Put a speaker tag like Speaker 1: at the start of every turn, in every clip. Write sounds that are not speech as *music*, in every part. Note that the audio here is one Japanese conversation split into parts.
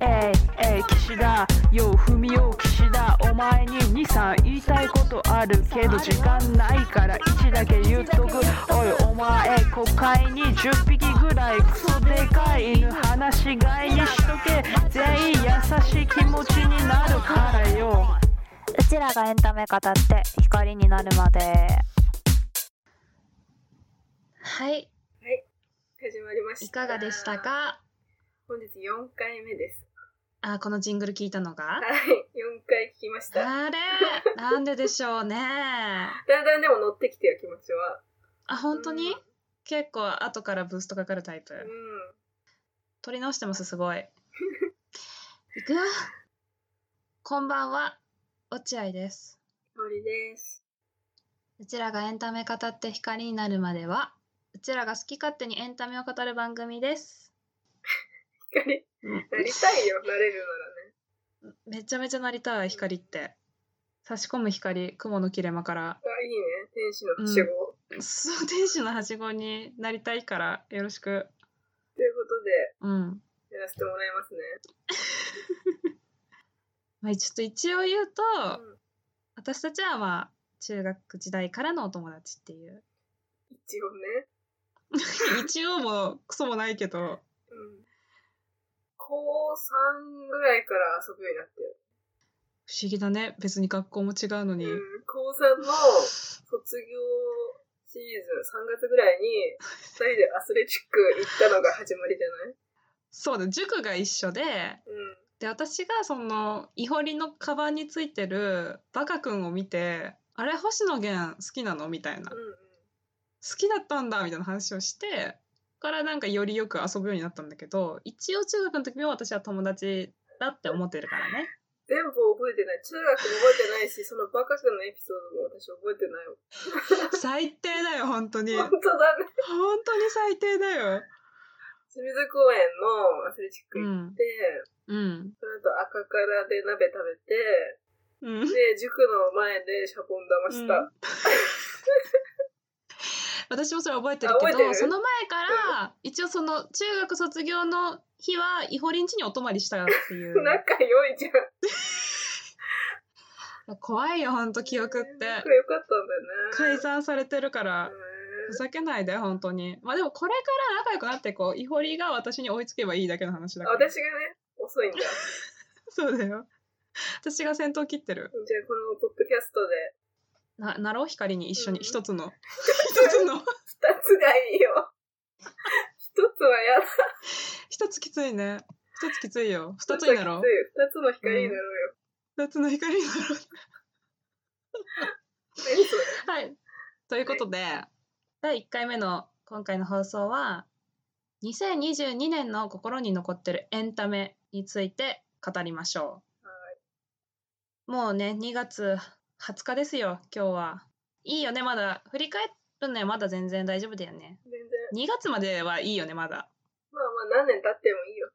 Speaker 1: えいえい岸田よう踏みよう岸田お前に23言いたいことあるけど時間ないから1だけ言っとくおいお前国会に10匹ぐらいクソでかい犬放し飼いにしとけ全員優しい気持ちになるからよ
Speaker 2: うちらがエンタメ語って光になるまで
Speaker 3: はい
Speaker 4: 始まりました。
Speaker 3: いかがでしたか
Speaker 4: 本日4回目です。
Speaker 3: あこのジングル聞いたのが
Speaker 4: はい、4回聞きました。
Speaker 3: あれなんででしょうねあ
Speaker 4: だんだんでも乗ってきてよ、気持ちは。
Speaker 3: 本当に、
Speaker 4: うん
Speaker 3: 結構後からブーストかかるタイプ、
Speaker 4: うん。
Speaker 3: 撮り直してますすごいいくよこんばんは落合です
Speaker 4: 通りです。
Speaker 3: うちらがエンタメ語って光になるまではうちらが好き勝手にエンタメを語る番組です
Speaker 4: 光、なりたいよ、なれる
Speaker 3: めちゃめちゃなりたい光って差し込む光雲の切れ間から
Speaker 4: ならね。あ、いいね。天使の死亡、
Speaker 3: そう天使のはしごになりたいからよろしく
Speaker 4: ということで、
Speaker 3: うん
Speaker 4: やらせてもらいますね。
Speaker 3: まあちょっと一応言うと、
Speaker 4: うん
Speaker 3: 私たちはまあ中学時代からのお友達っていう
Speaker 4: 一応ね。
Speaker 3: 一応もクソもないけど
Speaker 4: うん。高3ぐらいから遊ぶようになってる。
Speaker 3: 不思議だね別に学校も違うのに、
Speaker 4: うん、高3の卒業シーズン3月ぐらいに、2人でアスレチック行ったのが始まりじゃない
Speaker 3: そうだ塾が一緒で
Speaker 4: うん。
Speaker 3: で私がそのイホリのカバンについてるバカくんを見て「あれ星野源好きなの?」みたいな「好
Speaker 4: うんうん。
Speaker 3: きだったんだ」みたいな話をしてからなんかよりよく遊ぶようになったんだけど一応中学の時も私は友達だって思ってるから
Speaker 4: *laughs*
Speaker 3: ね
Speaker 4: 全部覚えてない。中学も覚えてないし、そのバカ君のエピソードも私覚えてないよ。
Speaker 3: 最低だよ本当に
Speaker 4: 本
Speaker 3: 本
Speaker 4: 当だね。
Speaker 3: 当に最低だよ
Speaker 4: 清水公園のアスレチック行って、
Speaker 3: うん
Speaker 4: その後赤からで鍋食べて、
Speaker 3: うん
Speaker 4: で、塾の前でシャボン玉した。
Speaker 3: うん私もそれ覚えてる
Speaker 4: あ
Speaker 3: け
Speaker 4: 覚えて
Speaker 3: ど
Speaker 4: る
Speaker 3: その前から、一応その中学卒業の日はイホリン家にお泊まりしたっていう
Speaker 4: 仲良いじゃん。
Speaker 3: 怖いよほんと記憶って
Speaker 4: 仲良かったんだよ
Speaker 3: 改
Speaker 4: ね。
Speaker 3: ざんされてるから
Speaker 4: うん
Speaker 3: ふざけないで本当にまあでもこれから仲良くなってこうイホリが私に追いつけばいいだけの話だ
Speaker 4: あ
Speaker 3: から
Speaker 4: 私がね、遅いんだ。じゃ
Speaker 3: そうだよ私が先頭切ってる
Speaker 4: あ、このポッドキャストで、
Speaker 3: ななろう光に一緒に
Speaker 4: うん
Speaker 3: 一つの *laughs* 一つの
Speaker 4: 二つがいいよ。一つはやだ。
Speaker 3: 一つきついね一つきついよ二つになろう
Speaker 4: 二つの光になろうよ。
Speaker 3: 二つの光になろう
Speaker 4: 何それ
Speaker 3: はい。ということで、第1回目の今回の放送は、2022年の心に残ってるエンタメについて語りましょう。もうね、2月20日ですよ、今日は。いいよね、まだ。振り返るのはまだ全然大丈夫だよね。
Speaker 4: 全然。
Speaker 3: 2月まではいいよね、まだ。
Speaker 4: まあまあ何年経ってもいいよ。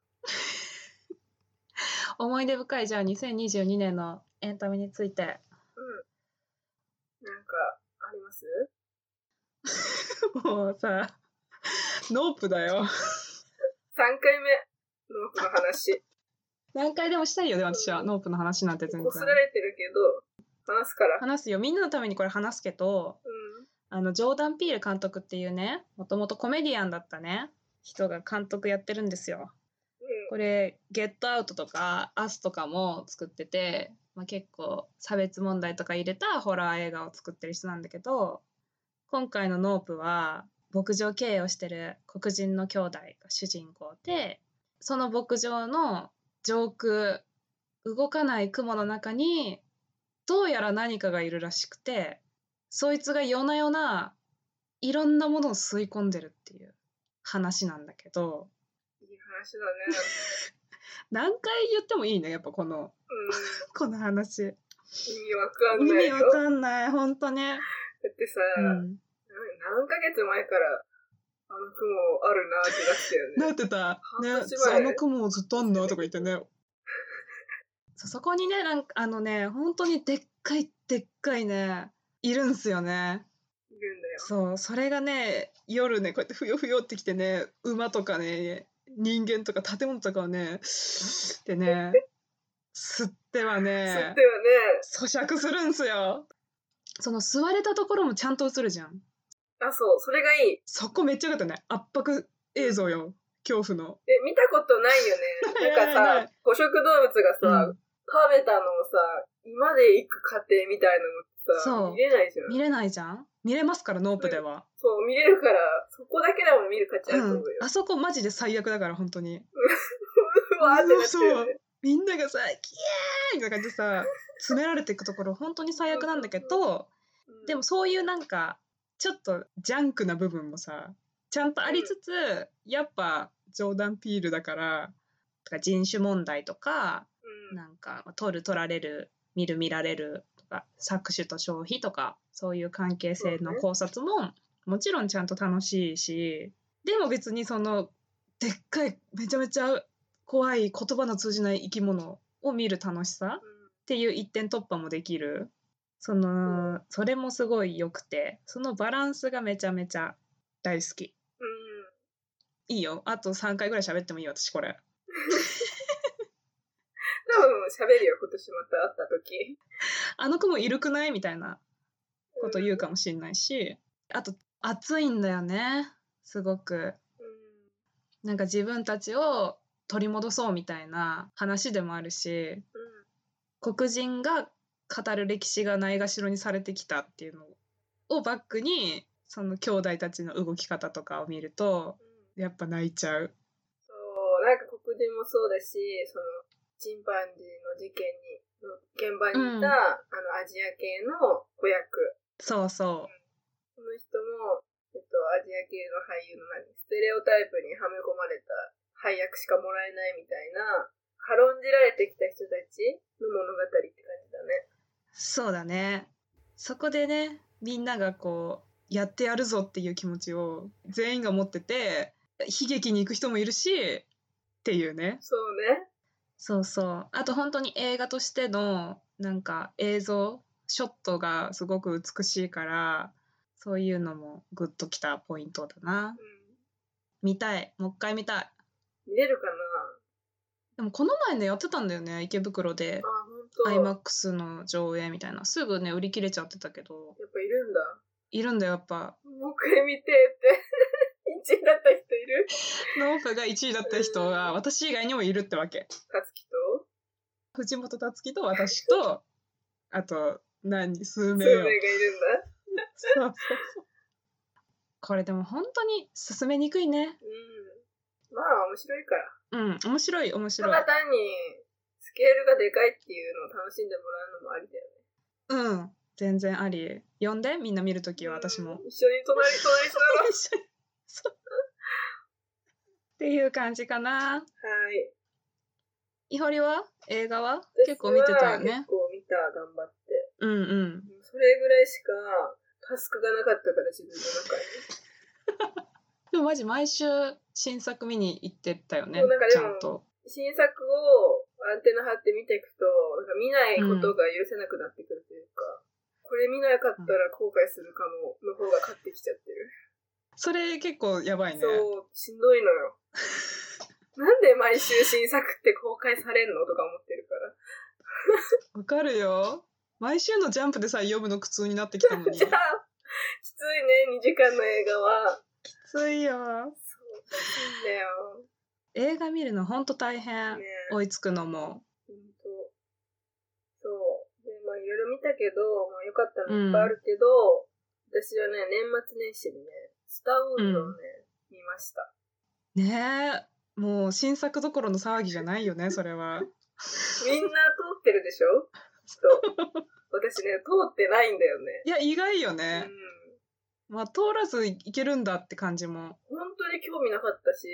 Speaker 3: 思い出深い、じゃあ2022年のエンタメについて。
Speaker 4: うん。なんか、あります
Speaker 3: もうさ、ノープだよ。
Speaker 4: ?3 回目、ノープの話。
Speaker 3: 何回でもしたいよね、私は。ノープの話なんて全然。
Speaker 4: こすられてるけど、話すから。
Speaker 3: 話すよみんなのためにこれ話すけど
Speaker 4: うん。
Speaker 3: あのジョーダン・ピール監督っていうねもともとコメディアンだったね人が監督やってるんですよ
Speaker 4: うん。
Speaker 3: これ「ゲットアウト」とか「アス」とかも作ってて、まあ、結構差別問題とか入れたホラー映画を作ってる人なんだけど今回の「ノープ」は牧場経営をしてる黒人の兄弟が主人公でその牧場の上空動かない雲の中にどうやら何かがいるらしくてそいつが夜な夜ないろんなものを吸い込んでるっていう話なんだけど。
Speaker 4: いい話だね。
Speaker 3: 何回言ってもいいねやっぱこの
Speaker 4: うん。
Speaker 3: この話
Speaker 4: 意味わかん
Speaker 3: 意
Speaker 4: ない
Speaker 3: 味
Speaker 4: よ。
Speaker 3: わ
Speaker 4: だ
Speaker 3: かんない本当ね
Speaker 4: ってさ、
Speaker 3: うん
Speaker 4: 何ヶ月前から、あの雲あるなって出したよ
Speaker 3: な
Speaker 4: ね。
Speaker 3: ってたね
Speaker 4: 半年
Speaker 3: そう
Speaker 4: 前
Speaker 3: あの雲をずっとあんのとか言ってね *laughs* そうそこにねなんかあのね本当にでっかいでっかいねいるんすよね
Speaker 4: いるんだよ。
Speaker 3: そうそれがね夜ねこうやってふよふよってきてね馬とかね人間とか建物とかをねで *laughs* ね吸っては
Speaker 4: 吸っては
Speaker 3: ね
Speaker 4: ね、
Speaker 3: 咀嚼するんすよその吸われたところもちゃんと映るじゃん
Speaker 4: あ、そう、それがいい。
Speaker 3: そこめっちゃよかったね圧迫映像よ恐怖の
Speaker 4: え、見たことないよね。なん
Speaker 3: *laughs*
Speaker 4: か
Speaker 3: ないないな
Speaker 4: さ、捕食動物が
Speaker 3: う
Speaker 4: さ、食べたのをさ、今で行く過程みたいなの
Speaker 3: そ
Speaker 4: ってさ、
Speaker 3: う
Speaker 4: 見れないじゃん
Speaker 3: 見。れないじゃん見れますからノープでは、
Speaker 4: そう、見れるから、そこだけでも見る価
Speaker 3: う
Speaker 4: 値あると思うんよ。、
Speaker 3: あそこマジで最悪だから本当に
Speaker 4: *laughs* うわーってなってるよね。
Speaker 3: みんながさ「キエーイ!」みたいな感じでさ詰められていくところ本当に最悪なんだけど
Speaker 4: うん
Speaker 3: でも、そういうなんかちょっとジャンクな部分もさちゃんとありつつ、やっぱジョーダン・ピールだからとか人種問題とか
Speaker 4: うん
Speaker 3: なんか取る取られる見る見られるとか搾取と消費とかそういう関係性の考察ももちろんちゃんと楽しいしでも別にそのでっかいめちゃめちゃ怖い言葉の通じない生き物を見る楽しさっていう一点突破もできるそのそれもすごい良くてそのバランスがめちゃめちゃ大好き
Speaker 4: うん
Speaker 3: いいよあと3回ぐらい喋ってもいいよ私これ
Speaker 4: 多分喋るよ、今年また会った時。
Speaker 3: あの雲いるくないみたいなこと言うかもしれないし、あと暑いんだよねすごく
Speaker 4: うん。
Speaker 3: なんか自分たちを取り戻そうみたいな話でもあるし
Speaker 4: うん。
Speaker 3: 黒人が語る歴史がないがしろにされてきたっていうのをバックにその兄弟たちの動き方とかを見ると
Speaker 4: うん
Speaker 3: やっぱ泣いちゃう
Speaker 4: そう、なんか黒人もそうだし、その、チンパンジーの事件に、の現場にい
Speaker 3: うん
Speaker 4: た、あの、アジア系の子役。
Speaker 3: そうそ
Speaker 4: この人も、えっと、アジア系の俳優の何、ステレオタイプにはめ込まれた配役しかもらえないみたいな、軽んじられてきた人たちの物語って感じだね。
Speaker 3: うそうだねそこでねみんながこうやってやるぞっていう気持ちを全員が持ってて悲劇に行く人もいるしっていうね
Speaker 4: そうね。
Speaker 3: そうそうあと本当に映画としてのなんか映像ショットがすごく美しいからそういうのもグッときたポイントだな
Speaker 4: うん。
Speaker 3: 見たいもう一回見たい
Speaker 4: 見れるかな
Speaker 3: でもこの前ねやってたんだよね池袋で
Speaker 4: あ、ほんと。やっ
Speaker 3: IMAX の上映みたいなすぐね売り切れちゃってたけど
Speaker 4: ぱいるんだ。
Speaker 3: いるんだよやっぱ
Speaker 4: もう一回見てって。 *laughs* 一位だった人いる
Speaker 3: ノープが1位だった人が私以外にもいるってわけ
Speaker 4: たつきと
Speaker 3: 藤本つ樹と私
Speaker 4: *laughs*
Speaker 3: とあと何数
Speaker 4: 数
Speaker 3: 名
Speaker 4: 名
Speaker 3: よ
Speaker 4: がいるんだ。
Speaker 3: そうそうそうこれでも本当に進めにくいね
Speaker 4: うんまあ面白いから。
Speaker 3: うん面白い面
Speaker 4: た
Speaker 3: 白い
Speaker 4: だ単にスケールがでかいっていうのを楽しんでもらうのもありだよね。
Speaker 3: うん全然あり呼んでみんな見るときは私も
Speaker 4: *laughs* うん一緒に隣隣座ろう。
Speaker 3: 一緒にそうっていう感じかな
Speaker 4: はい。
Speaker 3: いほりは映画は *laughs* 結構見てたよね
Speaker 4: 結構見た、頑張って。
Speaker 3: うんうん
Speaker 4: それぐらいしかタスクがなかったから自分の中に。
Speaker 3: でもマジ毎週新作見に行ってたよね
Speaker 4: そうなんかで
Speaker 3: ち
Speaker 4: も
Speaker 3: ゃんと
Speaker 4: 新作をアンテナ張って見ていくと、なんか見ないことが許せなくなってくるというか、これ見なかったら後悔するかもの方が勝ってきちゃってる。
Speaker 3: それ結構やばいね
Speaker 4: そう、しんどい
Speaker 3: *laughs*
Speaker 4: のよ。なんで毎週新作って公開されんのとか思ってるから。 *laughs*
Speaker 3: わかるよ毎週のジャンプでさえ読むの苦痛になってきたのに
Speaker 4: *laughs* じゃあ、きついね、2時間の映画は。
Speaker 3: きついよ
Speaker 4: そう、きついんだよ。
Speaker 3: 映画見るのほんと大変、
Speaker 4: ねえ。
Speaker 3: 追いつくのも
Speaker 4: ほんと。そう。で、まあいろいろ見たけど、まあ良かったのいっぱいあるけど、私はね、年末年始にね、スターウォーズをね、見ました。
Speaker 3: ねえもう新作どころの騒ぎじゃないよねそれは
Speaker 4: みんな通ってるでしょきっと。
Speaker 3: *laughs*
Speaker 4: 私ね、通ってないんだよね。
Speaker 3: いや意外よ
Speaker 4: う
Speaker 3: ね、
Speaker 4: ん。
Speaker 3: まあ通らずいけるんだって感じも
Speaker 4: 本当に興味なかったし、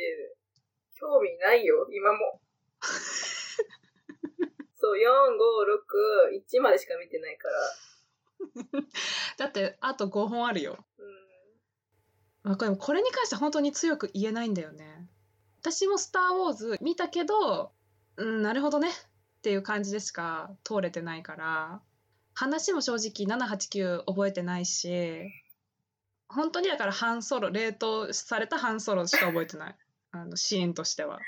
Speaker 4: 興味ないよ、
Speaker 3: *laughs*
Speaker 4: 今も。そう、4、5、6、1までしか見てないから。
Speaker 3: だってあと5本あるよ
Speaker 4: うん。
Speaker 3: まあこれこれに関して本当に強く言えないんだよね私も「スター・ウォーズ」見たけどうんなるほどねっていう感じでしか通れてないから話も正直789覚えてないし本当にだから半ソロ冷凍された半ソロしか覚えてない *laughs* あのシーンとしては。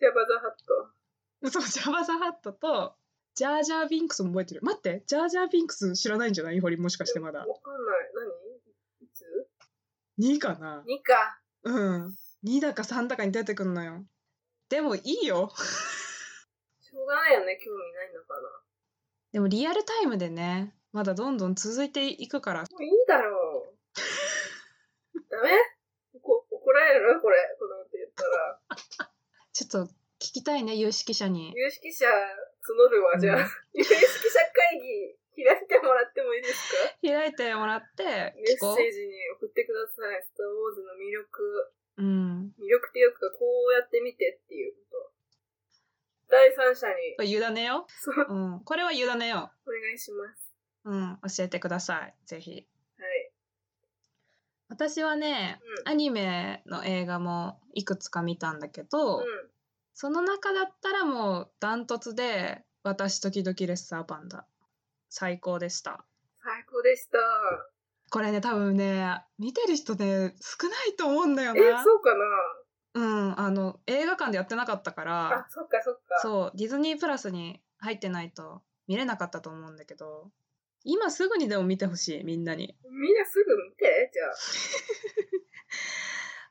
Speaker 4: ジャバザハット。
Speaker 3: そう、ジャバザハットと、ジャージャービンクスも覚えてる。待って、ジャージャービンクス知らないんじゃないイホリもしかしてまだ。
Speaker 4: わかんない。何いつ
Speaker 3: 2かな
Speaker 4: ?2 か。
Speaker 3: うん。2だか3だかに出てくんのよ。でもいいよ。
Speaker 4: しょうがないよね。興味ないんだから。
Speaker 3: でもリアルタイムでね、まだどんどん続いていくから、
Speaker 4: もういいだろ
Speaker 3: *laughs*
Speaker 4: う。ダメこ怒られるなこれ。このって言ったら。
Speaker 3: ちょっと聞きたいね、有識者に。
Speaker 4: 有識者募るわ、じゃ
Speaker 3: う
Speaker 4: あ
Speaker 3: ん。
Speaker 4: 有識者会議開いてもらってもいいですか
Speaker 3: 開いてもらって、
Speaker 4: メッ
Speaker 3: 聞こ
Speaker 4: セージに送ってください。スター・ウォーズの魅力。
Speaker 3: う。うん。
Speaker 4: 魅力っていうか、こうやって見てっていうこと。第三者に、
Speaker 3: 委ねよ
Speaker 4: そう、
Speaker 3: う。うん。これは委ねよ
Speaker 4: お願いします。
Speaker 3: う。うん。教えてください。ぜひ。
Speaker 4: はい。
Speaker 3: 私はね、
Speaker 4: う
Speaker 3: アニメの映画もいくつか見たんだけど、
Speaker 4: うん。
Speaker 3: その中だったらもうダントツで、私時々レッサーパンダ。最高でした。
Speaker 4: 最高でした。
Speaker 3: これね、多分ね、見てる人ね、少ないと思うんだよ
Speaker 4: え、
Speaker 3: な。
Speaker 4: そうかな
Speaker 3: うん。あの、映画館でやってなかったから
Speaker 4: あ、、そっかそっか。
Speaker 3: そう、ディズニープラスに入ってないと見れなかったと思うんだけど、今すぐにでも見てほしい、みんなに。
Speaker 4: みんなすぐ見て、じゃあ。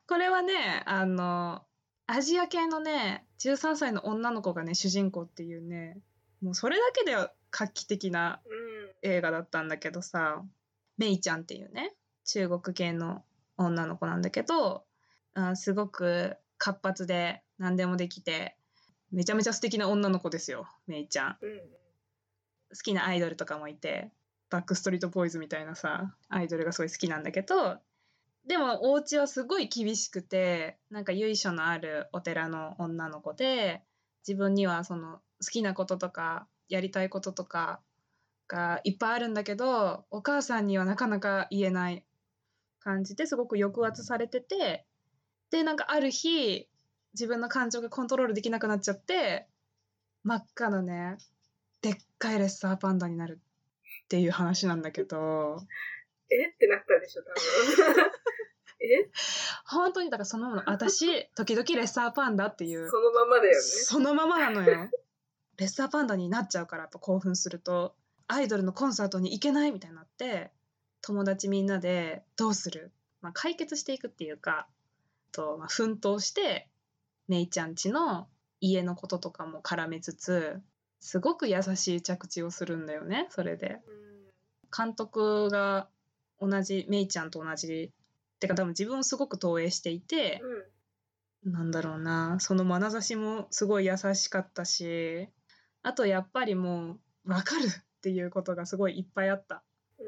Speaker 3: これはね、あの、アジア系のね、13歳の女の子がね、主人公っていうね、もうそれだけで画期的な
Speaker 4: うん。
Speaker 3: 映画だったんだけどさ、メイちゃんっていうね、中国系の女の子なんだけど、あすごく活発で何でもできて、めちゃめちゃ素敵な女の子ですよ、メイちゃん。
Speaker 4: うん。
Speaker 3: 好きなアイドルとかもいてバックストリートボーイズみたいなさアイドルがすごい好きなんだけどでもお家はすごい厳しくてなんか由緒のあるお寺の女の子で自分にはその好きなこととかやりたいこととかがいっぱいあるんだけどお母さんにはなかなか言えない感じですごく抑圧されててでなんかある日自分の感情がコントロールできなくなっちゃって真っ赤なねでっかいレッサーパンダになるっていう話なんだけど
Speaker 4: えってなったでしょ、多 *laughs* 分。え
Speaker 3: 本当にだからそのまま私時々レッサーパンダっていう
Speaker 4: そのままだよね。
Speaker 3: そのままなのよレッサーパンダになっちゃうからやっぱ興奮するとアイドルのコンサートに行けないみたいになって友達みんなでどうする、まあ、解決していくっていうかと、まあ、奮闘してめいちゃんちの家のこととかも絡めつつすごく優しい着地をするんだよねそれで。
Speaker 4: うん。
Speaker 3: 監督が同じメイちゃんと同じてか多分自分をすごく投影していて、
Speaker 4: うん。
Speaker 3: なんだろうなその眼差しもすごい優しかったしあとやっぱりもう分かるっていうことがすごいいっぱいあった
Speaker 4: うん。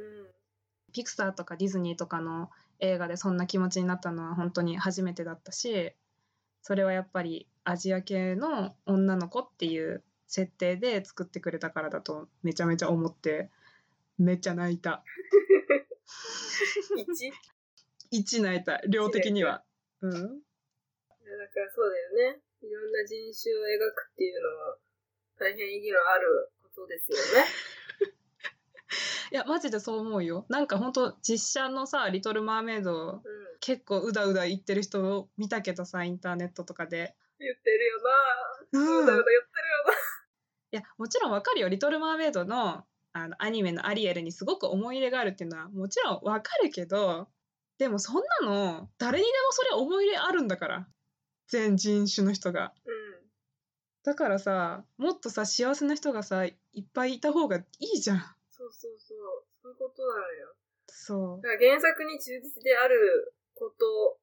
Speaker 3: ピクサーとかディズニーとかの映画でそんな気持ちになったのは本当に初めてだったしそれはやっぱりアジア系の女の子っていう設定で作ってくれたからだとめちゃめちゃ思ってめっちゃ泣いた。
Speaker 4: 一
Speaker 3: 1泣いた量的には。うん、
Speaker 4: いやだからそうだよね。いろんな人種を描くっていうのは、大変意義のあることですよね。
Speaker 3: いやマジでそう思うよなんかほんと実写のさ「リトル・マーメイド
Speaker 4: う」ん。
Speaker 3: 結構うだうだ言ってる人を見たけどさインターネットとかで、
Speaker 4: 言ってるよな
Speaker 3: う
Speaker 4: そ
Speaker 3: ん
Speaker 4: う
Speaker 3: い
Speaker 4: だよな、言ってるよな
Speaker 3: やもちろんわかるよ「リトル・マーメイドの」あのアニメのアリエルにすごく思い入れがあるっていうのはもちろんわかるけどでもそんなの誰にでもそれ思い入れあるんだから全人種の人が。
Speaker 4: うん。
Speaker 3: だからさもっとさ幸せな人がさいっぱいいた方がいいじゃん。
Speaker 4: そうそうそう。そういうことなのよ。
Speaker 3: そう
Speaker 4: だから原作に忠実であること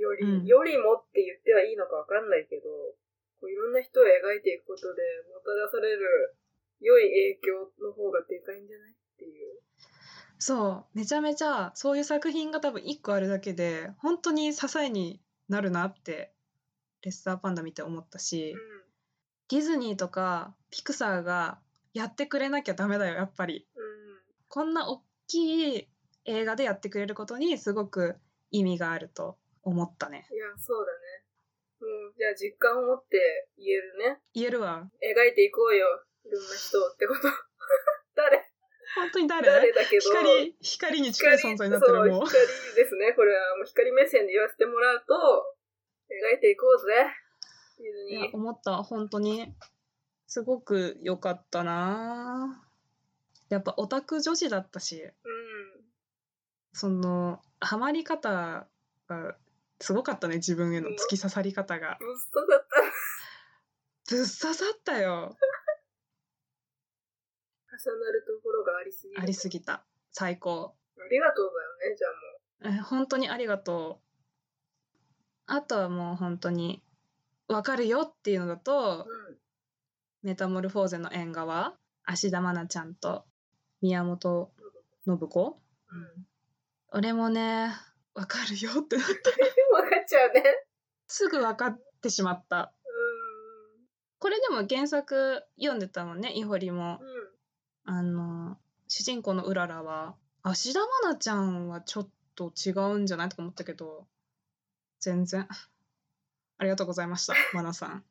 Speaker 4: より、
Speaker 3: うん
Speaker 4: よりもって言ってはいいのかわかんないけど、こういろんな人を描いていくことでもたらされる良い影響の方がでかいんじゃないっていう。
Speaker 3: そうめちゃめちゃそういう作品が多分1個あるだけで本当に支えになるなってレッサーパンダ見て思ったし、
Speaker 4: うん。
Speaker 3: ディズニーとかピクサーがやってくれなきゃダメだよやっぱり
Speaker 4: うん。
Speaker 3: こんな大きい映画でやってくれることにすごく意味があると思ったね
Speaker 4: いや、そうだね。もう、じゃあ実感を持って言えるね。
Speaker 3: 言えるわ
Speaker 4: 描いていこうよ。いろんな人をってこと。 *laughs* 誰
Speaker 3: 本当に誰
Speaker 4: 誰だけど。
Speaker 3: 光光に近い存在になってるもう
Speaker 4: そう、光ですね。これはもう光目線で言わせてもらうと、描いていこうぜ。ディズ
Speaker 3: いや
Speaker 4: ニー。
Speaker 3: 思った本当にすごく良かったなやっぱオタク女子だったし
Speaker 4: うん。
Speaker 3: そのハマり方がすごかったね自分への突き刺さり方が
Speaker 4: ブストだった。
Speaker 3: ぶっ刺さったよ
Speaker 4: 重なるところがありすぎる。
Speaker 3: ありすぎた最高
Speaker 4: ありがとうだよね、じゃあもう。
Speaker 3: え本当にありがとうあとはもう本当に分かるよっていうのだと
Speaker 4: うん。
Speaker 3: メタモルフォーゼの縁側芦田愛菜ちゃんと宮本信子
Speaker 4: うん。
Speaker 3: 俺もね分かるよってな *laughs* った
Speaker 4: 分かっちゃうね。
Speaker 3: すぐ分かってしまった
Speaker 4: うん。
Speaker 3: これでも原作読んでたもんねイホリも
Speaker 4: うん。
Speaker 3: あの主人公のうららは芦田愛菜ちゃんはちょっと違うんじゃないとか思ったけど全然 *laughs* ありがとうございました愛菜さん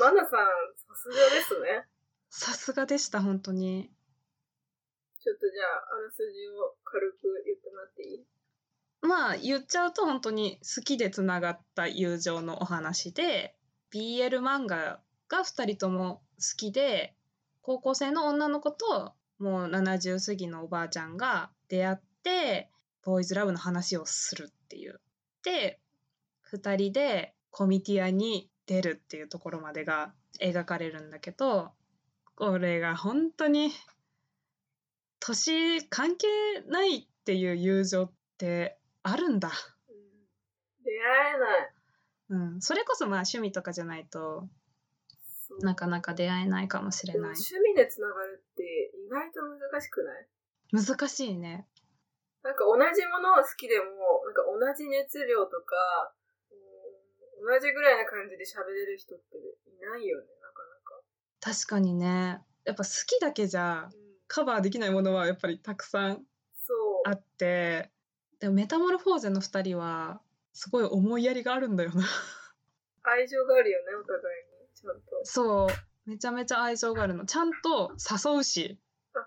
Speaker 4: マナさん、さすがですね。
Speaker 3: さすがでした本当に
Speaker 4: ちょっとじゃあ、あらすじを軽く言ってもらっていい
Speaker 3: まあ言っちゃうと本当に好きでつながった友情のお話で BL 漫画が2人とも好きで高校生の女の子ともう70過ぎのおばあちゃんが出会ってボーイズラブの話をするっていう。で2人でコミティアに出るっていうところまでが描かれるんだけどこれが本当に年関係ないっていう友情ってあるんだ、
Speaker 4: うん出会えない。
Speaker 3: うん、それこそまあ趣味とかじゃないと
Speaker 4: そう
Speaker 3: なかなか出会えないかもしれ
Speaker 4: でも
Speaker 3: ない
Speaker 4: 趣味でつながるって意外と難しくない
Speaker 3: 難しいね
Speaker 4: なんか同じものを好きでも、なんか同じ熱量とか、うん同じぐらいな感じで喋れる人っていないよね、なかなか。
Speaker 3: 確かにねやっぱ好きだけじゃ
Speaker 4: うん
Speaker 3: カバーできないものはやっぱりたくさん
Speaker 4: そう。
Speaker 3: あってでもメタモルフォーゼの2人はすごい思いやりがあるんだよな
Speaker 4: 愛情があるよね、お互いに。ちゃんと。
Speaker 3: そうめちゃめちゃ愛情があるのちゃんと誘うし
Speaker 4: あ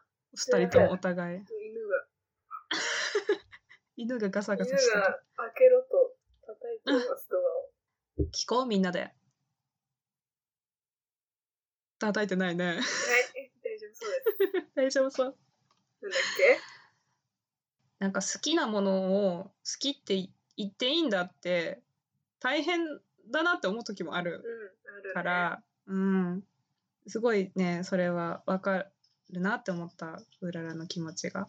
Speaker 3: 2人ともお互い
Speaker 4: 犬が、
Speaker 3: 犬がガサガ
Speaker 4: 犬
Speaker 3: サして
Speaker 4: が開けろと叩いてます、ドア
Speaker 3: *laughs*
Speaker 4: を。
Speaker 3: る聞こうみんなで叩いてないね *laughs*
Speaker 4: はい、大丈夫そうです。
Speaker 3: 大丈夫そう
Speaker 4: なんだっけ
Speaker 3: なんか好きなものを好きって言っていいんだって大変だなって思う時もある
Speaker 4: うん、ある、ね。
Speaker 3: から、うん、すごいねそれは分かるなって思ったうららの気持ちが
Speaker 4: うん。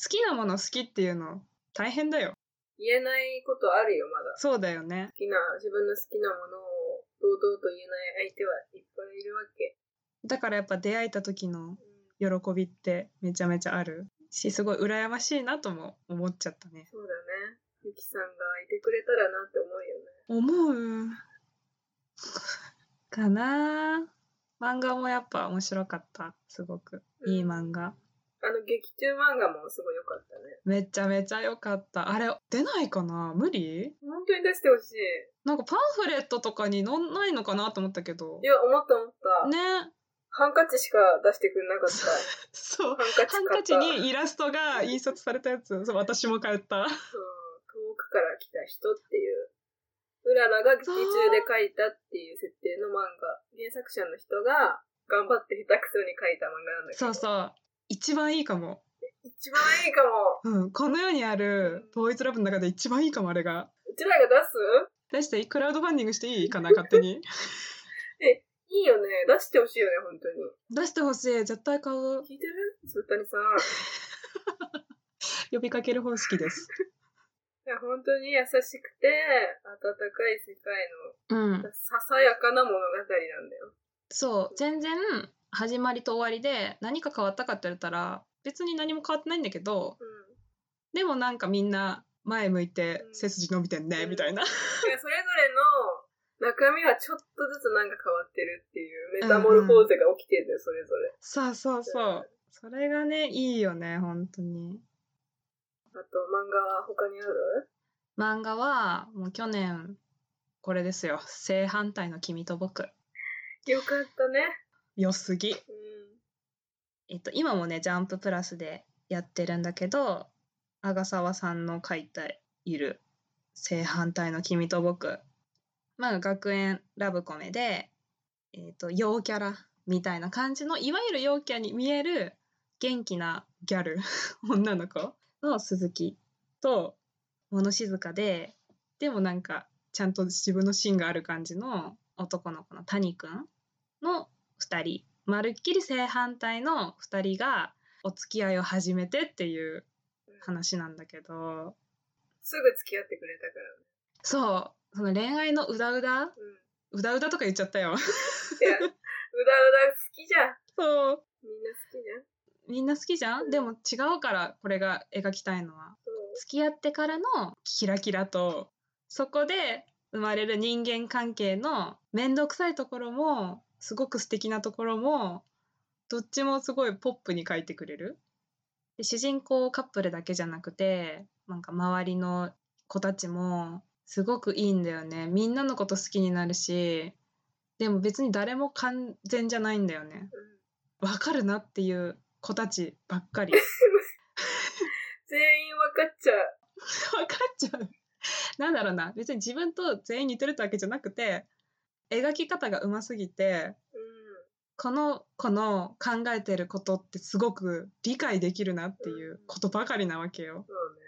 Speaker 3: 好きなもの好きっていうの大変だよ
Speaker 4: 言えないことあるよ、まだ。
Speaker 3: そうだよね
Speaker 4: 好きな、自分の好きなものを堂々と言えない相手はいっぱいいるわけ。
Speaker 3: だからやっぱ出会えた時の
Speaker 4: うん
Speaker 3: 喜びってめちゃめちゃあるしすごい羨ましいなとも思っちゃったね
Speaker 4: そうだね。ゆきさんがいてくれたらなって思うよね。
Speaker 3: 思うかなぁ漫画もやっぱ面白かったすごく
Speaker 4: うん
Speaker 3: いい漫画、
Speaker 4: あの、劇中漫画もすごい良かったね。
Speaker 3: めちゃめちゃ良かったあれ出ないかな無理
Speaker 4: 本当に出してほしい。い
Speaker 3: なんかパンフレットとかに載んないのかなと思ったけど
Speaker 4: や、思った思った。
Speaker 3: ね
Speaker 4: ハンカチしか出してくれなか
Speaker 3: *laughs*
Speaker 4: った。
Speaker 3: そう
Speaker 4: ハンカチ
Speaker 3: ハン
Speaker 4: 買
Speaker 3: カ
Speaker 4: っ
Speaker 3: チ
Speaker 4: た。
Speaker 3: にイラストが印刷されたやつそう私も買った
Speaker 4: そう遠くから来た人っていう。うららが劇中で書いたっていう設定の漫画。原作者の人が頑張って下手くそに書いた漫画なんだけ
Speaker 3: そ
Speaker 4: ど。
Speaker 3: うそう一番いいかも、
Speaker 4: 一番いいかも。
Speaker 3: うん、この世にあるボーイズラブの中で一番いいかもあれが
Speaker 4: うちらが出す
Speaker 3: 出していいクラウドファンディングしていいかな勝手
Speaker 4: *laughs*
Speaker 3: に
Speaker 4: いいよね。出してほしいよね、本当に。
Speaker 3: 出してほしい絶対買う
Speaker 4: 聞いてる鈴谷さん。
Speaker 3: 呼びかける方式です。
Speaker 4: いや、本当に優しくて、温かい世界
Speaker 3: うん
Speaker 4: の、、ささやかな物語なんだよ。
Speaker 3: そう全然始まりと終わりで何か変わったかって言われたら別に何も変わってないんだけど
Speaker 4: うん。
Speaker 3: でもなんかみんな前向いて
Speaker 4: うん
Speaker 3: 背筋伸びてんね、みたいな *laughs*
Speaker 4: いやそれぞれの中身はちょっとずつなんか変わってるっていう、メタモルフォーゼが起きてるんだよ、それぞれ。
Speaker 3: そうそうそうそれがねいいよね本当に
Speaker 4: あと、漫画は他にある
Speaker 3: 漫画はもう去年これですよ「正反対の君と僕
Speaker 4: よかったね。」
Speaker 3: 良すぎ
Speaker 4: うん。
Speaker 3: えっと、今もね「ジャンププラス」でやってるんだけど阿賀沢さんの書いている「正反対の君と僕」まあ、学園ラブコメで、えー、と陽キャラみたいな感じのいわゆる陽キャに見える元気なギャル女の子の鈴木と物静かででもなんかちゃんと自分の芯がある感じの男の子の谷くんの2人まるっきり正反対の2人がお付き合いを始めてっていう話なんだけど
Speaker 4: すぐ付き合ってくれたからね。
Speaker 3: そうその恋愛のうだうだ
Speaker 4: うん。
Speaker 3: うだうだとか言っちゃったよ
Speaker 4: いや、うだうだ好きじゃん。
Speaker 3: そう
Speaker 4: みんな好きじゃん。
Speaker 3: みんな好きじゃんでも違うからこれが描きたいのは
Speaker 4: そう。
Speaker 3: 付き合ってからのキラキラとそこで生まれる人間関係の面倒くさいところもすごく素敵なところもどっちもすごいポップに描いてくれるで主人公カップルだけじゃなくてなんか周りの子たちもすごくいいんだよねみんなのこと好きになるしでも別に誰も完全じゃないんだよね
Speaker 4: うん、
Speaker 3: わかるなっていう子たちばっか
Speaker 4: *laughs*
Speaker 3: り
Speaker 4: 全員分かっちゃう。
Speaker 3: 分かっちゃうなんだろうな別に自分と全員似てるってわけじゃなくて描き方がうますぎて
Speaker 4: うん。
Speaker 3: この子の考えてることってすごく理解できるなっていうことばかりなわけよ。
Speaker 4: そうね。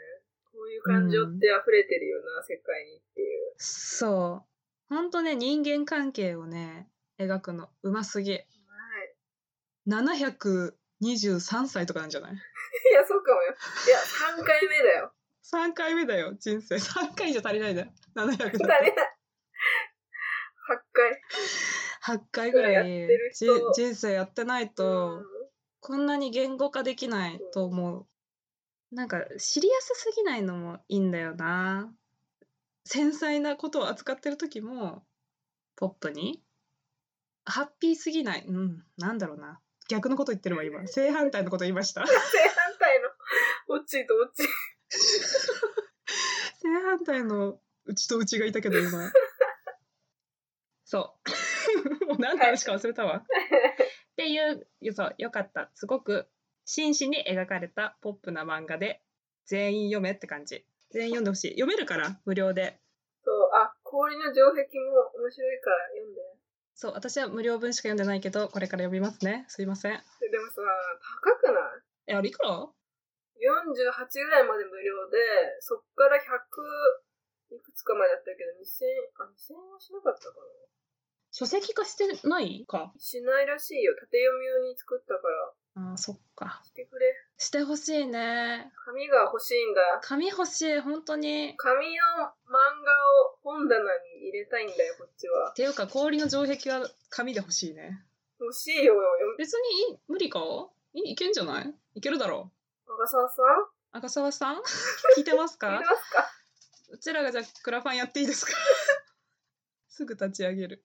Speaker 4: こういう感情って溢れてるよな、世界にっていう。
Speaker 3: そうほんとね人間関係をね描くのうますぎ
Speaker 4: はい。
Speaker 3: 723歳とかなんじゃない
Speaker 4: *laughs* いや、そうかもよ。いや、3回目だよ。
Speaker 3: 3回目だよ人生3回じゃ足りないだよ700
Speaker 4: 足り
Speaker 3: だ
Speaker 4: な
Speaker 3: と
Speaker 4: い。8回。
Speaker 3: 8回ぐ
Speaker 4: や
Speaker 3: ら
Speaker 4: って
Speaker 3: い
Speaker 4: る
Speaker 3: じ
Speaker 4: 人
Speaker 3: 人生やってないと、
Speaker 4: うん
Speaker 3: こんなに言語化できないと思う。なんか知りやすすぎないのもいいんだよな。繊細なことを扱ってる時もポップにハッピーすぎない。うん、なんだろうな。逆のこと言ってるわ今。正反対のこと言いました。
Speaker 4: 正反対の、オッチーとオッチー。
Speaker 3: 正反対のうちとうちがいたけど今。 *laughs* そう。 *laughs* もう何の話か忘れたわ。っていうそうよかったすごく真摯に描かれたポップな漫画で全員読めって感じ全員読んでほしい読めるから無料で
Speaker 4: そう、あ、氷の城壁も面白いから読んで。
Speaker 3: そう私は無料分しか読んでないけどこれから読みますねすいませんい
Speaker 4: でもさ、高くない
Speaker 3: やあれいくら
Speaker 4: ?48 ぐらいまで無料で、そっから100、いくつかまでやったけど、2000、あ、2000円はしなかったかな
Speaker 3: 書籍化してないか
Speaker 4: しないらしいよ。縦読み用に作ったから、
Speaker 3: あーそっか
Speaker 4: してくれ。
Speaker 3: してほしいね
Speaker 4: 紙が欲しいんだ。
Speaker 3: 紙欲しい本当にっ
Speaker 4: 紙の漫画を本棚に入れたいんだよ、こっちは。
Speaker 3: ていうか氷の城壁は紙で欲しいね
Speaker 4: 欲しいよ、よ
Speaker 3: 別にいい無理かいいけんじゃないいけるだろ
Speaker 4: 長澤さん
Speaker 3: う赤澤 *laughs* さん聞いてます
Speaker 4: 聞い
Speaker 3: か
Speaker 4: てますか
Speaker 3: うちらがじゃあクラファンやっていいですか *laughs* すぐ立ち上げる。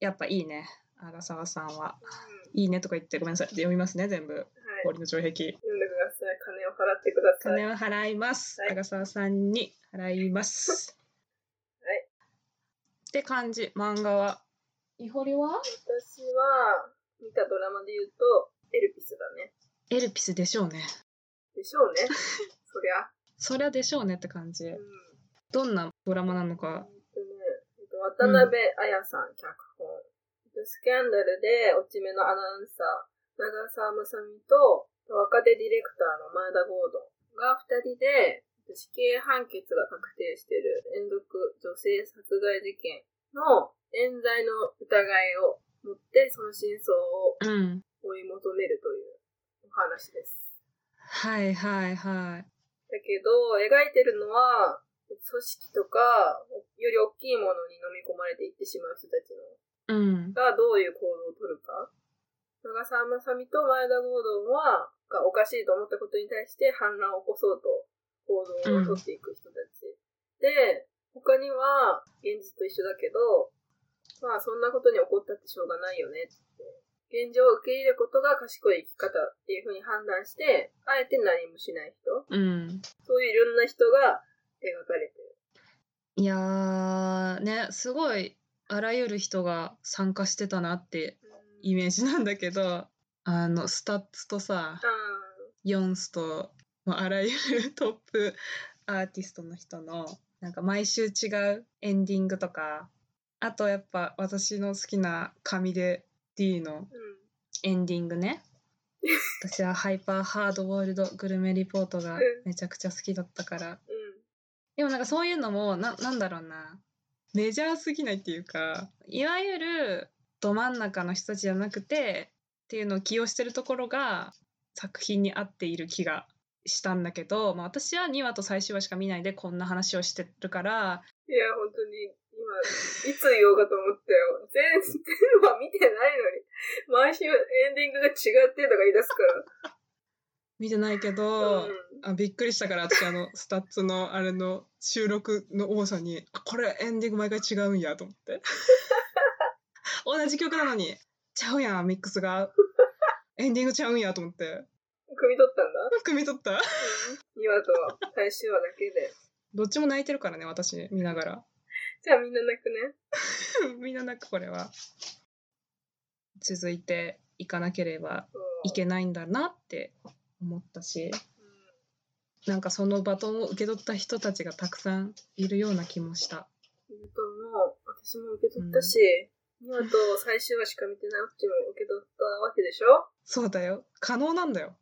Speaker 3: やっぱいいね、荒沢さんは。
Speaker 4: うん
Speaker 3: いいねとか言ってごめんなさい。読みますね、全部。
Speaker 4: はい。
Speaker 3: 氷の城壁。
Speaker 4: 読んでください。金を払ってください。
Speaker 3: 金を払います。
Speaker 4: はい
Speaker 3: 荒沢さんに払います。
Speaker 4: はい
Speaker 3: って感じ、漫画は。いほりは
Speaker 4: 私は、見たドラマで言うと、エルピスだね。
Speaker 3: エルピスでしょうね。
Speaker 4: でしょ
Speaker 3: *laughs*
Speaker 4: うね。そりゃ。
Speaker 3: そりゃでしょうねって感じ
Speaker 4: うん。。
Speaker 3: どんなドラマなの
Speaker 4: えっ
Speaker 3: か。
Speaker 4: とね、えっと渡辺彩さん、脚本。えっとスキャンダルで、落ち目のアナウンサー、長澤まさみと、若手ディレクターの前田ゴードンが二人で、えっと死刑判決が確定している連続女性殺害事件の冤罪の疑いを持って、その真相を
Speaker 3: うん。
Speaker 4: 追い求めるというお話です。
Speaker 3: はいはいはい。
Speaker 4: だけど、描いてるのは、組織とか、より大きいものに飲み込まれていってしまう人たちの
Speaker 3: うん。
Speaker 4: がどういう行動をとるか。長澤まさみと前田ゴードンは、がおかしいと思ったことに対して反乱を起こそうと行動をとっていく人たち。で、他には、現実と一緒だけど、まあそんなことに起こったってしょうがないよねって。現状を受け入れることが賢い生き方っていうふうに判断して、あえて何もしない人。
Speaker 3: うん。
Speaker 4: そういういろんな人が描かれてる。
Speaker 3: いやーねすごいあらゆる人が参加してたなってイメージなんだけどあのスタッツとさ
Speaker 4: あー
Speaker 3: ヨンスと、まあ、あらゆるトップアーティストの人の
Speaker 5: なんか毎週違うエンディングとか、あとやっぱ私の好きな紙で D の
Speaker 4: うん。
Speaker 5: エンディング
Speaker 3: *laughs*
Speaker 5: ね。私はハイパーハードボイルドグルメリポートがめちゃくちゃ好きだったから。
Speaker 4: うん。
Speaker 5: でもなんかそういうのも、な、なんだろうな。メジャーすぎないっていうか、いわゆるど真ん中の人たちじゃなくて、っていうのを起用してるところが作品に合っている気がしたんだけど、まあ私は2話と最終話しか見ないでこんな話をしてるから、
Speaker 4: いや、本当に、今、いつ言おうかと思ったよ。全全話見てないのに、毎週エンディングが違ってとか言い出すから。
Speaker 5: 見てないけ
Speaker 4: う
Speaker 5: ど、
Speaker 4: ん。
Speaker 3: あびっくりしたから私あのスタッツのあれの収録の多さにあこれエンディング毎回違うんやと思って同じ曲なのにちゃうやんミックスがエンディングちゃうんやと思って
Speaker 4: 組み取ったんだ。
Speaker 3: 汲み取った
Speaker 4: 2話と最終話だけで。
Speaker 3: どっちも泣いてるからね私見ながら *laughs*
Speaker 4: じゃあみんな泣くね。
Speaker 3: みんな泣くこれは続いていかなければ
Speaker 4: うん
Speaker 3: いけないんだなって思ったし
Speaker 4: うん
Speaker 3: なんかそのバトンを受け取った人たちがたくさんいるような気もした
Speaker 4: えっと、もう、私も受け取ったし、2話と最終話しか見てないっても受け取ったわけでしょ
Speaker 3: そうだよ可能なんだよ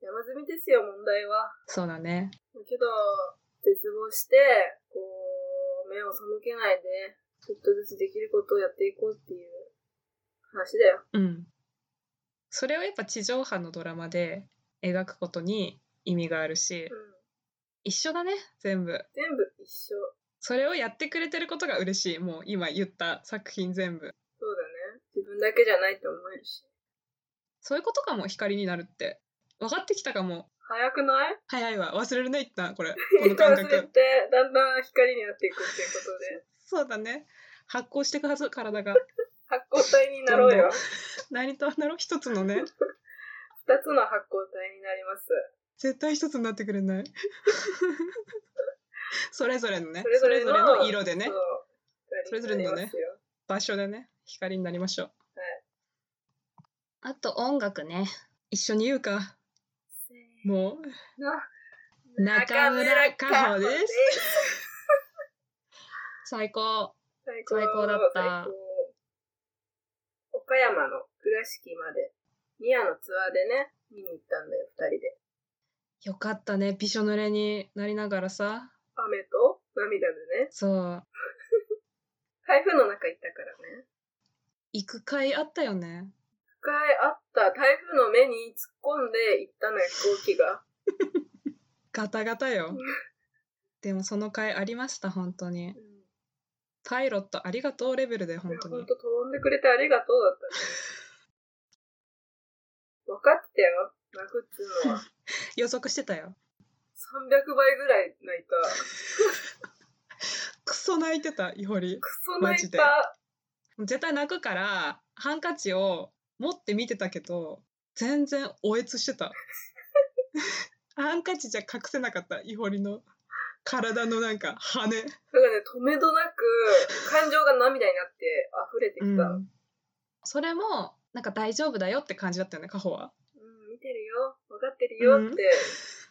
Speaker 4: 山積みですよ、問題は。
Speaker 3: そうだね
Speaker 4: だけど、絶望して、こう、目を背けないで、ちょっとずつできることをやっていこうっていう話だよ。
Speaker 3: うん、それをやっぱ地上波のドラマで描くことに意味があるし
Speaker 4: うん。
Speaker 3: 一緒だね全部
Speaker 4: 全部一緒。
Speaker 3: それをやってくれてることが嬉しいもう今言った作品全部
Speaker 4: そうだね。自分だけじゃないって思えるし。
Speaker 3: そういうことかも光になるって分かってきたかも
Speaker 4: 早くない
Speaker 3: 早いわ忘れるね一旦これこ
Speaker 4: 一
Speaker 3: の感
Speaker 4: 旦 *laughs* 忘れ
Speaker 3: 覚
Speaker 4: て、だんだん光になっていくっていうことで、
Speaker 3: そうだね発光してくはず体が
Speaker 4: 発光体になろうよ。
Speaker 3: 何となろう一つのね
Speaker 4: 二つの発光体になります。
Speaker 3: 絶対一つになってくれ
Speaker 4: *laughs*
Speaker 3: ないそれぞれのね
Speaker 4: それぞれの
Speaker 3: それぞれの色でね
Speaker 4: そう
Speaker 3: それぞれのね。
Speaker 4: 光になりますよ
Speaker 3: 場所でね光になりましょう、あと音楽ね一緒に言うか
Speaker 4: せー
Speaker 3: も
Speaker 4: の
Speaker 3: う中村佳穂です
Speaker 4: す。
Speaker 3: 最高
Speaker 4: 最高
Speaker 3: 最高だった
Speaker 4: 最高岡山の倉敷まで、ニアのツアーでね、見に行ったんだよ、二人で。
Speaker 3: よかったねびしょ濡れになりながらさ
Speaker 4: 雨と涙でね。
Speaker 3: そう
Speaker 4: 台風の中行ったからね。
Speaker 3: 行く会あったよね
Speaker 4: 一回あった台風の目に突っ込んで行ったのよ、飛行機が。
Speaker 3: ガタガタよでもその会ありました本当に
Speaker 4: うん
Speaker 3: パイロットありがとうレベルで
Speaker 4: い
Speaker 3: 本
Speaker 4: や
Speaker 3: 当
Speaker 4: ほ
Speaker 3: に
Speaker 4: んと飛んでくれてありがとうだったね。分かってたよ、泣くっつう
Speaker 3: *laughs*
Speaker 4: のは。
Speaker 3: 予測してたよ
Speaker 4: 300倍ぐらい泣いた。
Speaker 3: クソ泣いてたいほり
Speaker 4: クソ
Speaker 3: マ
Speaker 4: 泣
Speaker 3: ジ
Speaker 4: い
Speaker 3: で
Speaker 4: た。
Speaker 3: 絶対泣くからハンカチを持って見てたけど全然おえつして *laughs* たハンカチじゃ隠せなかったイホリの体のなんか羽、
Speaker 4: だからね、止めどなく、感情が涙になって溢れてきた。うん、
Speaker 3: それもなんか大丈夫だよって感じだったよねカホは
Speaker 4: 見てるよ、分かってるよって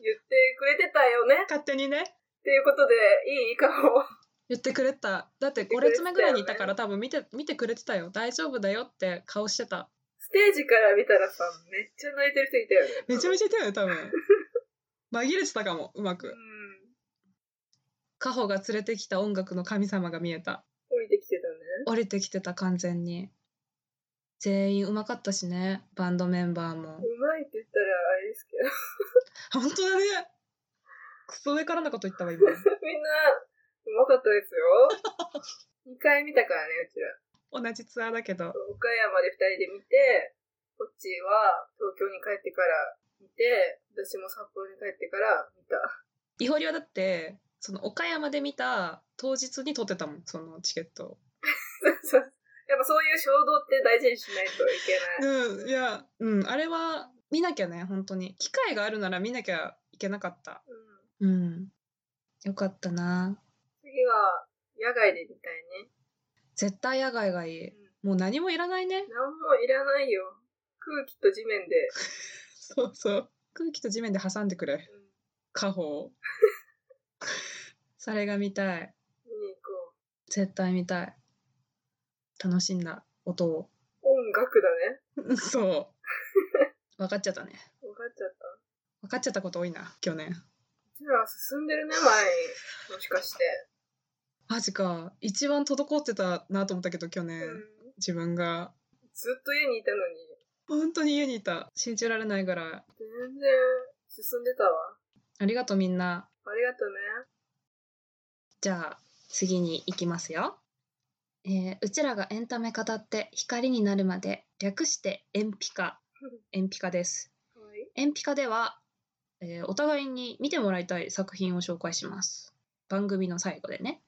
Speaker 4: 言ってくれてたよね。
Speaker 3: 勝手にね
Speaker 4: っていうことで、いいかも。
Speaker 3: 言ってくれただって5
Speaker 4: 言ってくれ
Speaker 3: 列
Speaker 4: てた
Speaker 3: 目
Speaker 4: よね
Speaker 3: ぐらいにいたから多分見て見てくれてたよ大丈夫だよって顔してた
Speaker 4: ステージから見たらさ、めっちゃ泣いてる人いたよね。
Speaker 3: めちゃ
Speaker 4: めち
Speaker 3: めちゃいたよね多分 *laughs* 紛れてたかもうま
Speaker 4: う
Speaker 3: く
Speaker 4: ん。
Speaker 3: カホが連れてきた音楽の神様が見えた
Speaker 4: 降りてきてたね。
Speaker 3: 降りてきてた完全に全員うまかったしねバンドメンバーも
Speaker 4: うまいって言ったらあれですけど、 *laughs*
Speaker 3: 本当だねクソ上からなこと言ったわ今
Speaker 4: みんな、うまかったですよ。2回見たからね、うちら。
Speaker 3: 同じツアーだけど
Speaker 4: 岡山で2人で見て、こっちは東京に帰ってから見て、私も札幌に帰ってから見た。
Speaker 3: イホリはだってその岡山で見た当日に取ってたもんそのチケット
Speaker 4: そうやっぱそういう衝動って大事にしないといけない。
Speaker 3: うんいやうんあれは見なきゃね本当に機会があるなら見なきゃいけなかった
Speaker 4: うん、
Speaker 3: うんよかったな
Speaker 4: 次は、野外で見たいね。
Speaker 3: 絶対野外がいいもう何もいらないね
Speaker 4: なんもいらないよ。空気と地面で。
Speaker 3: そうそう空気と地面で挟んでくれ
Speaker 4: うん
Speaker 3: 家宝 *laughs* それが見たい。
Speaker 4: 見に行こ
Speaker 3: 絶対見たい。楽しんだ音を。 *laughs*
Speaker 4: う。音楽だね。
Speaker 3: そう。分かっちゃったね。
Speaker 4: 分かっちゃった。
Speaker 3: 分かっちゃったこと多いな、去年。
Speaker 4: じゃあ進んでるね、前に。もしかして。
Speaker 3: マジか。一番滞ってたなと思ったけど、去年。
Speaker 4: うん
Speaker 3: 自分が。
Speaker 4: ずっと家にいたのに、
Speaker 3: 本当に家にいた。信じられないぐらい。
Speaker 4: 全然進んでたわ。
Speaker 3: ありがとう、みんな。
Speaker 4: ありがとうね。
Speaker 3: じゃあ次に行きますよ、えーうちらがエンタメ語って光になるまで略してエンピ
Speaker 4: *laughs*
Speaker 3: カエンピカです
Speaker 4: はい。
Speaker 3: エンピカでは、えーお互いに見てもらいたい作品を紹介します番組の最後でね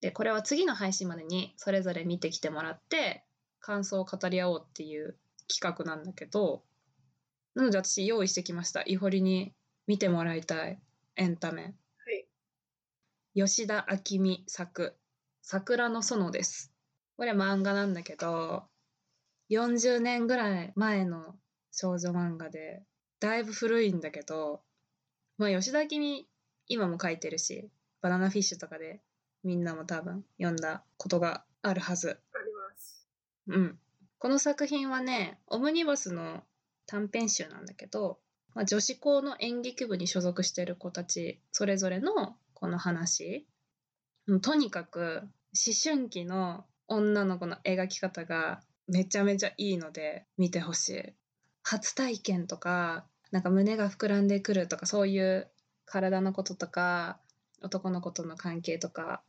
Speaker 3: でこれは次の配信までにそれぞれ見てきてもらって感想を語り合おうっていう企画なんだけどなので私用意してきましたイホリに見てもらいたいエンタメ
Speaker 4: はい。
Speaker 3: 吉田明美作「桜の園」です。これ漫画なんだけど40年ぐらい前の少女漫画でだいぶ古いんだけど、まあ、吉田明美今も書いてるし「バナナフィッシュ」とかでみんなも多分読んだことがあるはず。
Speaker 4: あります。
Speaker 3: うん、この作品はねオムニバスの短編集なんだけど、まあ、女子校の演劇部に所属してる子たちそれぞれのこの話うんとにかく思春期の女の子の描き方がめちゃめちゃいいので見てほしい初体験とかなんか胸が膨らんでくるとかそういう体のこととか男の子との関係とか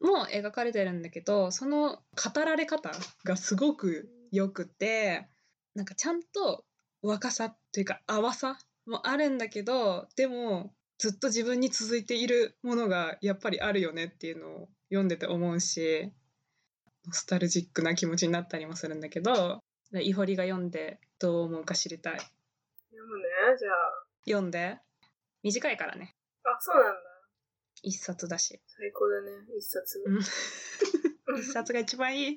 Speaker 3: も描かれてるんだけどその語られ方がすごくよくてなんかちゃんと若さというか淡さもあるんだけどでもずっと自分に続いているものがやっぱりあるよねっていうのを読んでて思うしノスタルジックな気持ちになったりもするんだけどイホリが読んでどう思うか知りたい
Speaker 4: 読むね、じゃあ。
Speaker 3: 読んで短いからね
Speaker 4: あ、そうなんだ。
Speaker 3: 一冊だ *laughs* し
Speaker 4: 最高だね、一冊。
Speaker 3: うん
Speaker 4: 一
Speaker 3: 一冊が一番いい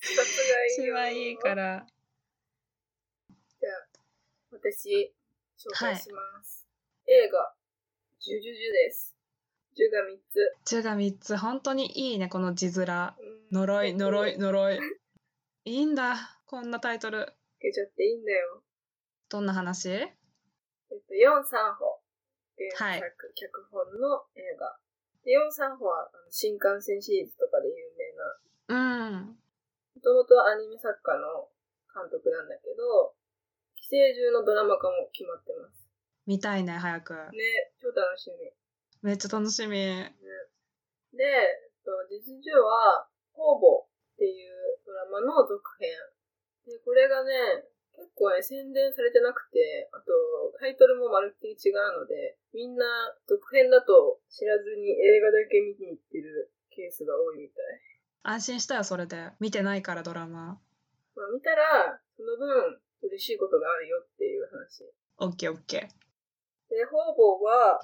Speaker 4: 冊がいい
Speaker 3: 一
Speaker 4: よ。
Speaker 3: 番いいか。ら
Speaker 4: 私、紹介します。映画、ジュジュジュです。ジュが3つ。
Speaker 3: 銃が3つ本当にいいねこの字面
Speaker 4: うん
Speaker 3: 呪い呪い。呪いいいんだこんなタイトル
Speaker 4: つけちゃっていいんだよ。
Speaker 3: どんな話
Speaker 4: えっと、4、3歩。原作、
Speaker 3: はい
Speaker 4: 脚本の映画。で、4、3歩はあの新幹線シリーズとかで有名な、
Speaker 3: うん
Speaker 4: もともとアニメ作家の監督なんだけど、寄生獣のドラマ化も決まってます。
Speaker 3: 見たいね早く
Speaker 4: ね、超楽しみ。
Speaker 3: めっちゃ楽しみ
Speaker 4: で、えっと、実情は、公募っていうドラマの続編。で、これがね、結構ね、宣伝されてなくて、あと、タイトルもまるっきり違うので、みんな続編だと知らずに映画だけ見に行ってるケースが多いみたい。
Speaker 3: 安心したよそれで見てないからドラマ
Speaker 4: まあ、見たら、その分、嬉しいことがあるよっていう話。
Speaker 3: オッケーオッケ
Speaker 4: で、方々は、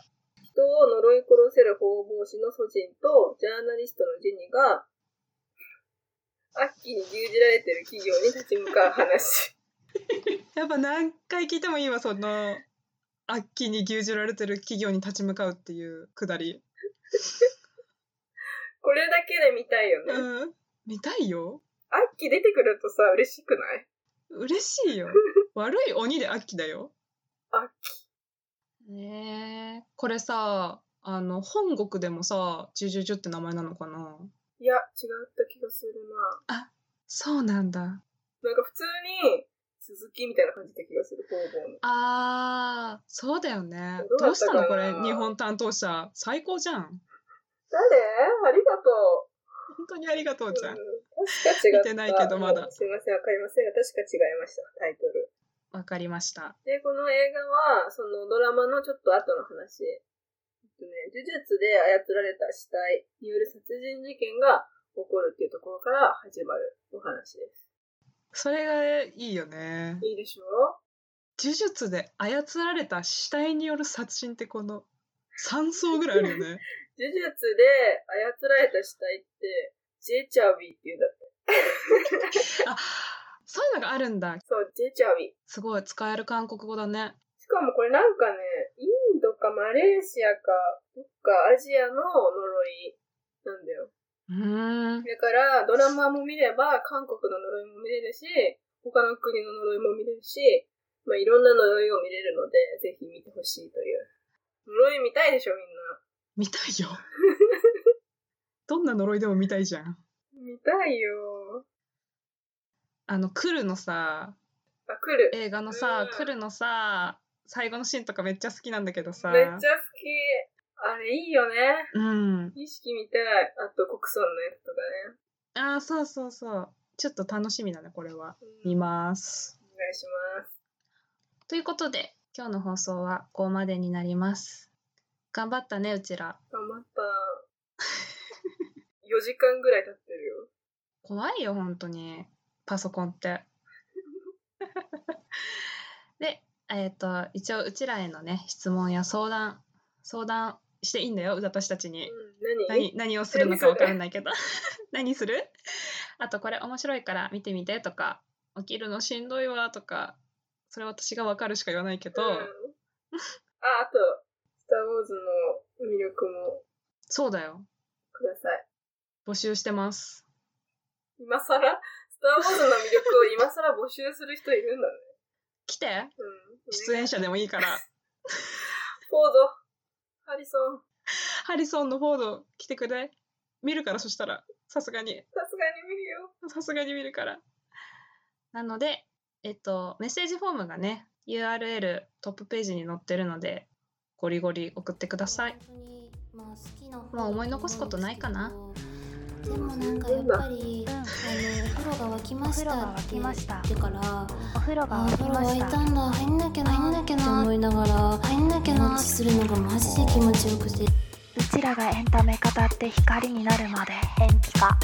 Speaker 4: 人を呪い殺せる方々師の祖人と、ジャーナリストのジェニが、悪鬼に牛耳られてる企業に立ち向かう話。 *laughs*
Speaker 3: ーやっぱ何回聞いてもいいわそのアッキーに牛耳られてる企業に立ち向かうっていうくだり
Speaker 4: これだけで見たいよね。
Speaker 3: うん見たいよ
Speaker 4: 悪鬼出てくるとさ、嬉しくない
Speaker 3: 嬉しい
Speaker 4: *laughs*
Speaker 3: よ悪い鬼でアッキーだよ
Speaker 4: 悪
Speaker 3: ねえこれさあの本国でもさ「ジュジュジュ」って名前なのかない
Speaker 4: や、違った気がするな。
Speaker 3: そうなんだ
Speaker 4: なんか普通に、続きみたいな感じだった気がする、方々の。
Speaker 3: あーそうだよね
Speaker 4: どう
Speaker 3: ど
Speaker 4: だ
Speaker 3: う
Speaker 4: っ
Speaker 3: したた
Speaker 4: か
Speaker 3: の
Speaker 4: な
Speaker 3: これ日本担当者最高じゃん
Speaker 4: 誰ありがとう。
Speaker 3: 本当にありがとうじゃん
Speaker 4: うん確か違った。
Speaker 3: 見てないけどまだ
Speaker 4: うんすいません、わかりませんが、確か違いました、タイトル。
Speaker 3: わかりました
Speaker 4: で、この映画は、そのドラマのちょっと後の話。えっとね、呪術で操られた死体による殺人事件が起こるっていうところから始まるお話です。
Speaker 3: それがいいよね
Speaker 4: いいでしょう
Speaker 3: 呪術で操られた死体による殺人ってこの3層ぐらいあるよ
Speaker 4: *laughs*
Speaker 3: ね
Speaker 4: 呪術で操られた死体って、ジェチャウィっていうんだって。
Speaker 3: あそういうのがあるんだ
Speaker 4: そう、ジェチャウィ。
Speaker 3: すごい使える韓国語だね
Speaker 4: しかもこれなんかね、インドかかマレーシアか、どっかアジアの呪いなんだよ。
Speaker 3: うん。
Speaker 4: だから、ドラマも見れば、韓国の呪いも見れるし、他の国の呪いも見れるし、まあ、いろんな呪いを見れるので、ぜひ見てほしいという。呪い見たいでしょ、みんな。
Speaker 3: *laughs* 見たいよ。 *laughs* どんな呪いでも見たいじゃん。
Speaker 4: 見たいよ
Speaker 3: あの、クルのさ、
Speaker 4: あ、来る。めっ
Speaker 3: 映画のさ
Speaker 4: うん、
Speaker 3: クルのさ、最後のシーンとかめっちゃ好きなんだけどさ。
Speaker 4: ちゃ好き。あれ、いいよね。
Speaker 3: うん。
Speaker 4: 意識見たい。あと、国村のやつとかね。
Speaker 3: ああ、そうそうそう。ちょっと楽しみだね、これは。
Speaker 4: うん
Speaker 3: 見ます。
Speaker 4: お願いします。
Speaker 3: ということで、今日の放送はここまでになります。頑張ったね、うちら。
Speaker 4: 頑張った。4時間ぐらい経ってるよ。
Speaker 3: 怖いよ、本当に。パソコンって。 *laughs* で、えっ、と、一応、うちらへのね、質問や相談、相談していいんだよ、私たちに。
Speaker 4: うん、何
Speaker 3: 何何をするのか分からないけど *laughs* 何するあとこれ面白いから見てみてとか起きるのしんどいわとかそれ私が分かるしか言わないけど、
Speaker 4: うん、あ、あと、スター・ウォーズの魅力も
Speaker 3: そうだよ
Speaker 4: ください。
Speaker 3: 募集してます
Speaker 4: 今更スター・ウォーズの魅力を今更募集する人いるんだね。
Speaker 3: 来て
Speaker 4: うん。
Speaker 3: 出演者でもいいから
Speaker 4: フォード、ハリソン、
Speaker 3: ハリソンのフォード来てくれ見るからそしたらさすがに
Speaker 4: さすがに見るよ。
Speaker 3: さすがに見るからなのでえっとメッセージフォームがね URL トップページに載ってるのでゴリゴリ送ってください
Speaker 6: もう思い残すことないかなでもなんかやっぱり、あのお風呂が沸きました
Speaker 2: お風呂が沸きました
Speaker 6: って言ってから
Speaker 2: お風呂が
Speaker 6: あお
Speaker 2: 沸
Speaker 6: 風
Speaker 2: き
Speaker 6: 呂
Speaker 2: ま
Speaker 6: 沸
Speaker 2: し
Speaker 6: い
Speaker 2: た
Speaker 6: たんだ入んなきゃな入んなきゃなって思いながら入んなきゃなするのがマジで気持ちよくて
Speaker 2: うちらがエンタメ語って光になるまで延期か